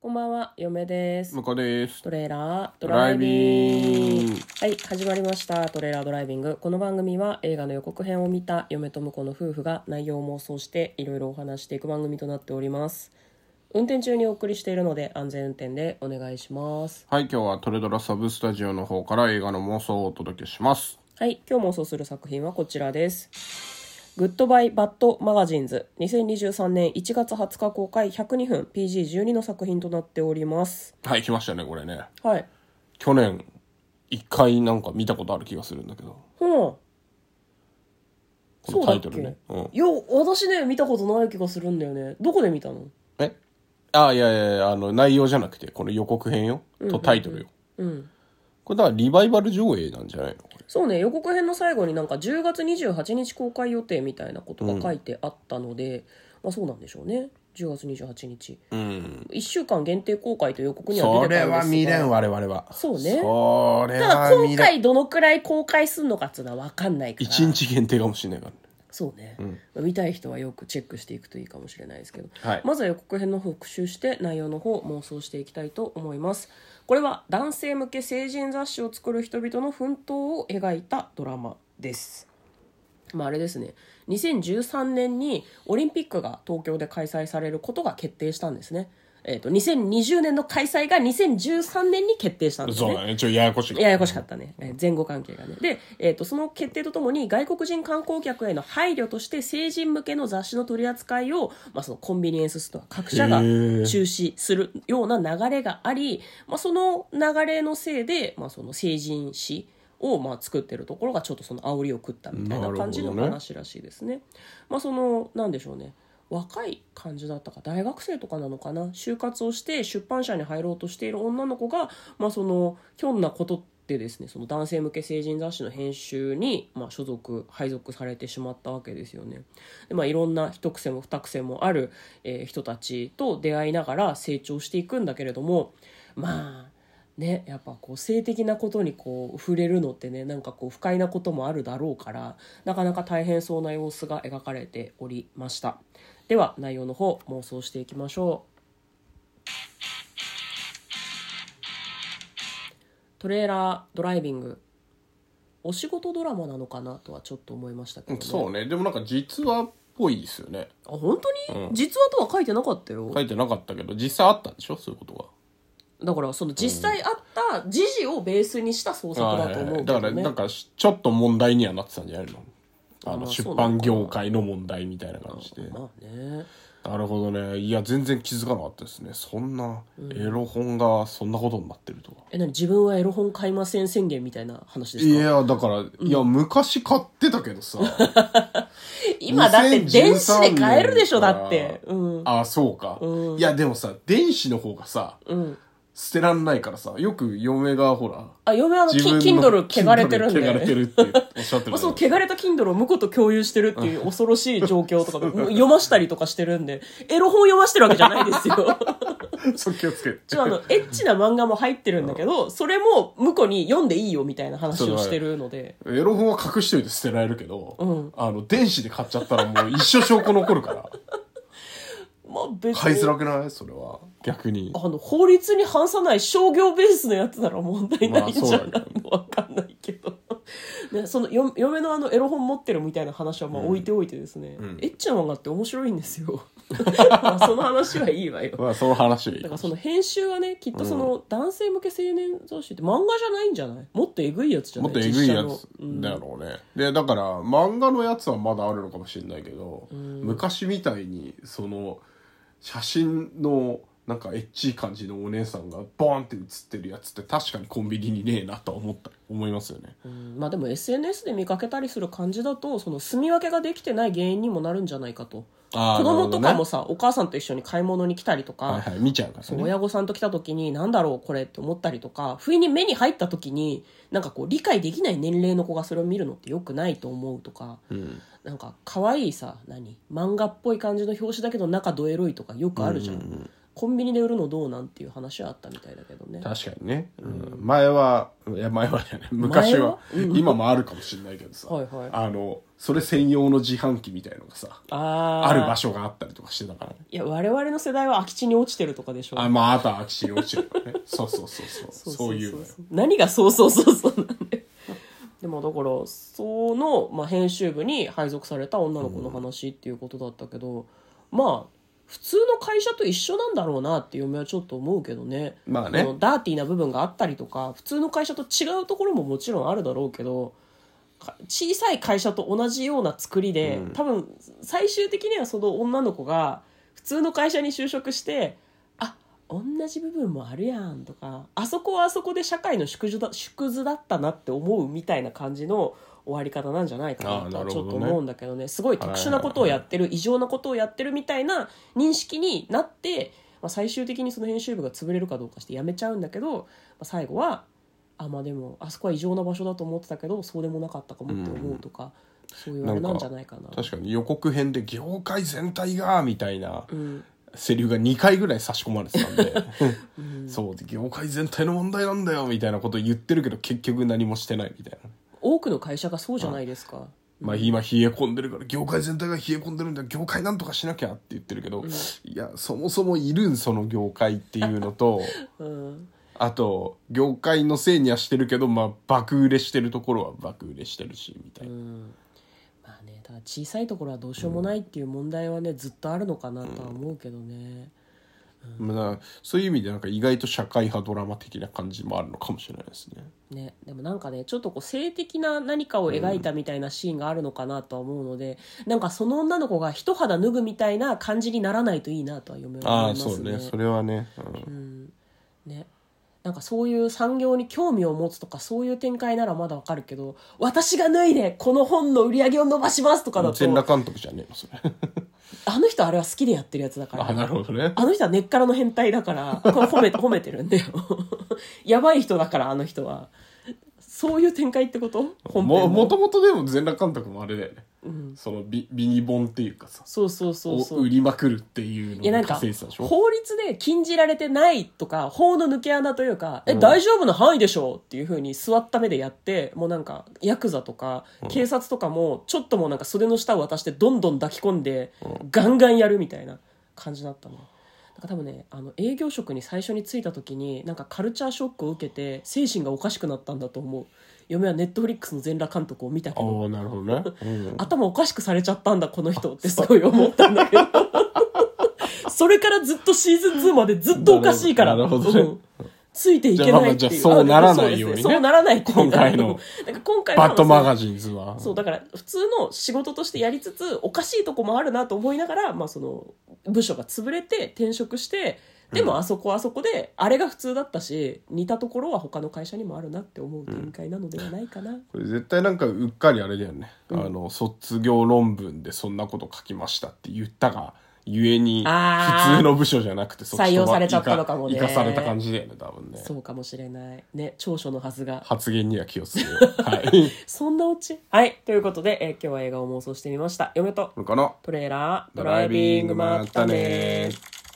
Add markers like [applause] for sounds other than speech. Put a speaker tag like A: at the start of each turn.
A: こんばんは、嫁です
B: 向。こうです。
A: トレーラード
B: ド
A: ラ
B: ラ
A: イ
B: イ
A: ビン
B: ビン
A: グ。はい、始まりました。トレーラードライビング。この番組は映画の予告編を見た嫁と婿の夫婦が内容を妄想していろいろお話していく番組となっております。運転中にお送りしているので安全運転でお願いします。
B: はい、今日はトレドラサブスタジオの方から映画の妄想をお届けします。
A: はい、今日妄想する作品はこちらです。グッドバイ・バッド・マガジンズ2023年1月20日公開102分 PG12 の作品となっております。
B: はい、来ましたね、これね。
A: はい。
B: 去年、一回なんか見たことある気がするんだけど、
A: ほう。
B: このタイトルね。うん。
A: いや私ね見たことない気がするんだよねどこで見たの
B: えあ、いやいやいや、あの、内容じゃなくて、この予告編よ。とタイトルよ。
A: うん
B: これだからリバイバル上映なんじゃないのこれ
A: そうね予告編の最後になんか10月28日公開予定みたいなことが書いてあったので、まあそうなんでしょうね10月28日
B: うん。
A: 1週間限定公開と予告には
B: そ
A: 出て
B: れ
A: たんですが
B: は見れん、我々は。
A: そうね
B: それ
A: ただ
B: は
A: 今
B: 見れん。
A: 回どのくらい公開すんのかっつうのは分かんないから
B: 一日限定かもしれないからね。
A: そうね、まあ見たい人はよくチェックしていくといいかもしれないですけど、
B: はい
A: まずは予告編の方を復習して内容の方を妄想していきたいと思いますこれは男性向け成人雑誌を作る人々の奮闘を描いたドラマですまああれですね2013年にオリンピックが東京で開催されることが決定したんですねえっ、と2020年の開催が2013年に決定したんです
B: そう
A: ね
B: だね。ちょ、ややこしい。
A: ややこしかったね、えー前後関係がねで、えー、とその決定とともに外国人観光客への配慮として成人向けの雑誌の取り扱いを、まあ、そのコンビニエンスストア各社が
B: へ
A: 中
B: ー
A: 止するような流れがあり、まあ、その流れのせいで、まあ、その成人誌をまあ作ってるところがちょっとその煽りを食ったみたいな感じの
B: なるほどね
A: 話らしいですね。まあそのなんでしょうね若い感じだったか大学生とかなのかな就活をして出版社に入ろうとしている女の子が、まあ、そのひょんなことでですねその男性向け成人雑誌の編集に、まあ、所属配属されてしまったわけですよね。でまあ、いろんな一癖も二癖もある、えー人たちと出会いながら成長していくんだけれどもまあねやっぱこう性的なことにこう触れるのってねなんかこう不快なこともあるだろうからなかなか大変そうな様子が描かれておりましたでは内容の方妄想していきましょうトレーラードライビングお仕事ドラマなのかなとはちょっと思いましたけどね
B: そうね。でもなんか実話っぽいですよね。
A: あ本当に、実話とは書いてなかったよ、
B: 書いてなかったけど、実際あったんでしょそういうことが。
A: だからその実際あった時事をベースにした創作だと思うけどね、
B: だからなんかしちょっと問題にはなってたんじゃないのあ
A: まあ
B: の出
A: そうなのか
B: 版
A: な
B: 業界の問題みたいな感じで
A: まあね
B: なるほどねいや全然気づかなかったですねそんなエロ本がそんなことになってるとは、
A: え何自分はエロ本買いません宣言みたいな話です
B: い
A: か
B: やだから、いや昔買ってたけどさ
A: [laughs] 今だって電子で買えるでしょ
B: 2013年
A: だってうん
B: あそうか、いやでもさ電子の方がさ
A: うん
B: 捨てらんないからさよく嫁がほら
A: あ嫁はあのキ Kindle 汚れてるんで
B: Kindle 汚れてるっておっしゃってる
A: まあ、
B: け
A: [laughs] その
B: ど
A: 汚れた Kindle を婿と共有してるっていう恐ろしい状況とかで [laughs] 読ましたりとかしてるんでエロ本読ましてるわけじゃない [laughs] ですよ
B: そう気をつけて
A: ちょあのエッチな漫画も入ってるんだけどそれも婿に読んでいいよみたいな話をしてるので
B: エロ本は隠しといて捨てられるけど、
A: うん
B: あの、電子で買っちゃったらもう一生証拠残
A: [laughs]
B: るから。
A: まあ別
B: 買い
A: に
B: づらくないそれは。逆に。
A: あの、法律に反さない商業ベースのやつなら問題ないんじゃない
B: まあそうだ
A: のわかんないけど。 [laughs] ね、その、よ嫁のあの、エロ本持ってるみたいな話はまあ置いておいてですね、
B: ん
A: エッチな漫画って面白いんです
B: [laughs]
A: よ。まあその話はいいわよ。
B: まあ、その話でいい
A: だからその編集はね、きっとその男性向け青年雑誌って漫画じゃないんじゃないもっとえぐいやつじゃな
B: も
A: い
B: っとえぐいや
A: 実
B: つ
A: 写のうん
B: だろうね。で、だから、漫画のやつはまだあるのかもしれないけど、昔みたいに、その、写真の、なんかエッチい感じのお姉さんがボーンって写ってるやつって確かにコンビニにねえなとは思った、思いますよね。
A: うんまあでも SNS で見かけたりする感じだと、その住み分けができてない原因にもなるんじゃないかと。
B: あ
A: 子供とかも
B: も
A: さ、お母さんと一緒に買い物に来たりとか、
B: はいはい、見ちゃうからね。
A: 親御さんと来た時に何だろうこれって思ったりとか不意に目に入った時になんかこう理解できない年齢の子がそれを見るのって良くないと思うとか、
B: ん
A: なんか可愛いさ何漫画っぽい感じの表紙だけど中どエロいとかよくあるじゃん、コンビニで売るのどうなんっていう話はあったみたいだけどね
B: 確かにね、うん前はいや前はじゃない昔は今もあるかもしれないけどさ
A: はいはい
B: あのそれ専用の自販機みたいのがさ
A: あー
B: ある場所があったりとかしてたからね
A: いや我々の世代は空き地に落ちてるとかでしょ
B: あまああとは空き地に落ちてるから [laughs] ねそうそうそうそうそういうのよ
A: 何がそうそうそうそうなんで [laughs] でもだからその、まあ、編集部に配属された女の子の話っていうことだったけど、まあ普通の会社と一緒なんだろうなって嫁はちょっと思うけどね
B: まあね
A: そのダーティーな部分があったりとか普通の会社と違うところももちろんあるだろうけどか小さい会社と同じような作りで、多分最終的にはその女の子が普通の会社に就職してあ同じ部分もあるやんとかあそこはあそこで社会の縮図だ縮図だったなって思うみたいな感じの終わり方なんじゃないかな
B: あー
A: と
B: な
A: は
B: る
A: ち
B: ほ
A: ょ
B: ど
A: っ
B: ね
A: と思うんだけどねすごい特殊なことをやってる異常なことをやってるみたいな認識になって、まあ、最終的にその編集部が潰れるかどうかしてやめちゃうんだけど、まあ、最後はあまあでもあそこは異常な場所だと思ってたけどそうでもなかったかもって思うとか、そういうあれなんじゃないかな。
B: 確かに予告編で業界全体がみたいな
A: うん
B: セリフが2回ぐらい差し込まれてたんで、 [laughs] そうで業界全体の問題なんだよみたいなこと言ってるけど結局何もしてないみたいな
A: 多くの会社がそうじゃないですか。
B: まあ、今冷え込んでるから業界全体が冷え込んでるんだ業界なんとかしなきゃって言ってるけど、いやそもそもいるんその業界っていうの
A: [laughs]
B: と
A: うん、
B: あと業界のせいにはしてるけど、まあ、爆売れしてるところは爆売れしてるしみたいな、
A: まあねただ小さいところはどうしようもないっていう問題はね、ずっとあるのかなとは思うけどね、
B: まあ、そういう意味でなんか意外と社会派ドラマ的な感じもあるのかもしれないですね。
A: ねでもなんかねちょっとこう性的な何かを描いたみたいなシーンがあるのかなとは思うので、なんかその女の子が一肌脱ぐみたいな感じにならないといいなとは嫁は
B: あ
A: 思
B: あ
A: いま
B: そう
A: すね
B: ねそれはね、うん
A: ねなんかそういう産業に興味を持つとかそういう展開ならまだわかるけど私が脱いでこの本の売り上げを伸ばしますとかだ
B: 全
A: と
B: 裸監督じゃねえのそ
A: [laughs]
B: れ
A: あの人あれは好きでやってるやつだから
B: あなるほどね
A: あの人は根っからの変態だから、これ褒め、褒めてるんだよ。
B: [laughs]
A: やばい人だから、あの人は。そういう展開ってこと本
B: も
A: 編
B: も
A: も。
B: ともとでも全裸監督もあれだよね、そのビビニボンっていうかさ
A: そうそうそうそ
B: を
A: う。
B: 売
A: い
B: りまくるっていう
A: やな
B: のを
A: んか、
B: 稼いでたでしょ
A: 法律で禁じられてないとか、法の抜け穴というか、え、大丈夫な範囲でしょうっていうふうに座った目でやって、もうなんか、ヤクザとか、警察とかも、ちょっともうなんか袖の下を渡して、どんどん抱き込んで、ガンガンやるみたいな感じだったの。なんか多分ねあの営業職に最初に就いた時になんかカルチャーショックを受けて精神がおかしくなったんだと思う嫁はネットフリックスの全裸監督を見たけど
B: ああなるほどね、うん
A: 頭おかしくされちゃったんだこの人ってすごい思ったんだ
B: [laughs]
A: けどそれからずっとシーズン2までずっとおかしいから
B: [laughs] なるほどね
A: うんついていけないっていう
B: じゃあまあまあじゃあそうならない
A: あそう
B: ようにね
A: ですそうならないっていう
B: 今回の
A: [laughs] なんか今回の
B: バッドマガジンズは
A: そうだから普通の仕事としてやりつつおかしいとこもあるなと思いながら、まあ、その部署が潰れて転職してでもあそこはあそこであれが普通だったし似たところは他の会社にもあるなって思う展開なのではないかな、
B: これ絶対なんかうっかりあれだよね、あの卒業論文でそんなこと書きましたって言ったがゆえに
A: あー
B: 普通の部署じゃなくてそっちとば
A: 採用されちゃったのかもね
B: 生かされた感じだよね多分ね
A: そうかもしれないね長所のはずが
B: 発言には気をつけよ
A: [laughs]
B: うはい
A: そんなオチはいということで、えー今日は映画を妄想してみました嫁と
B: これかな
A: トレーラード
B: ドライビングまったねー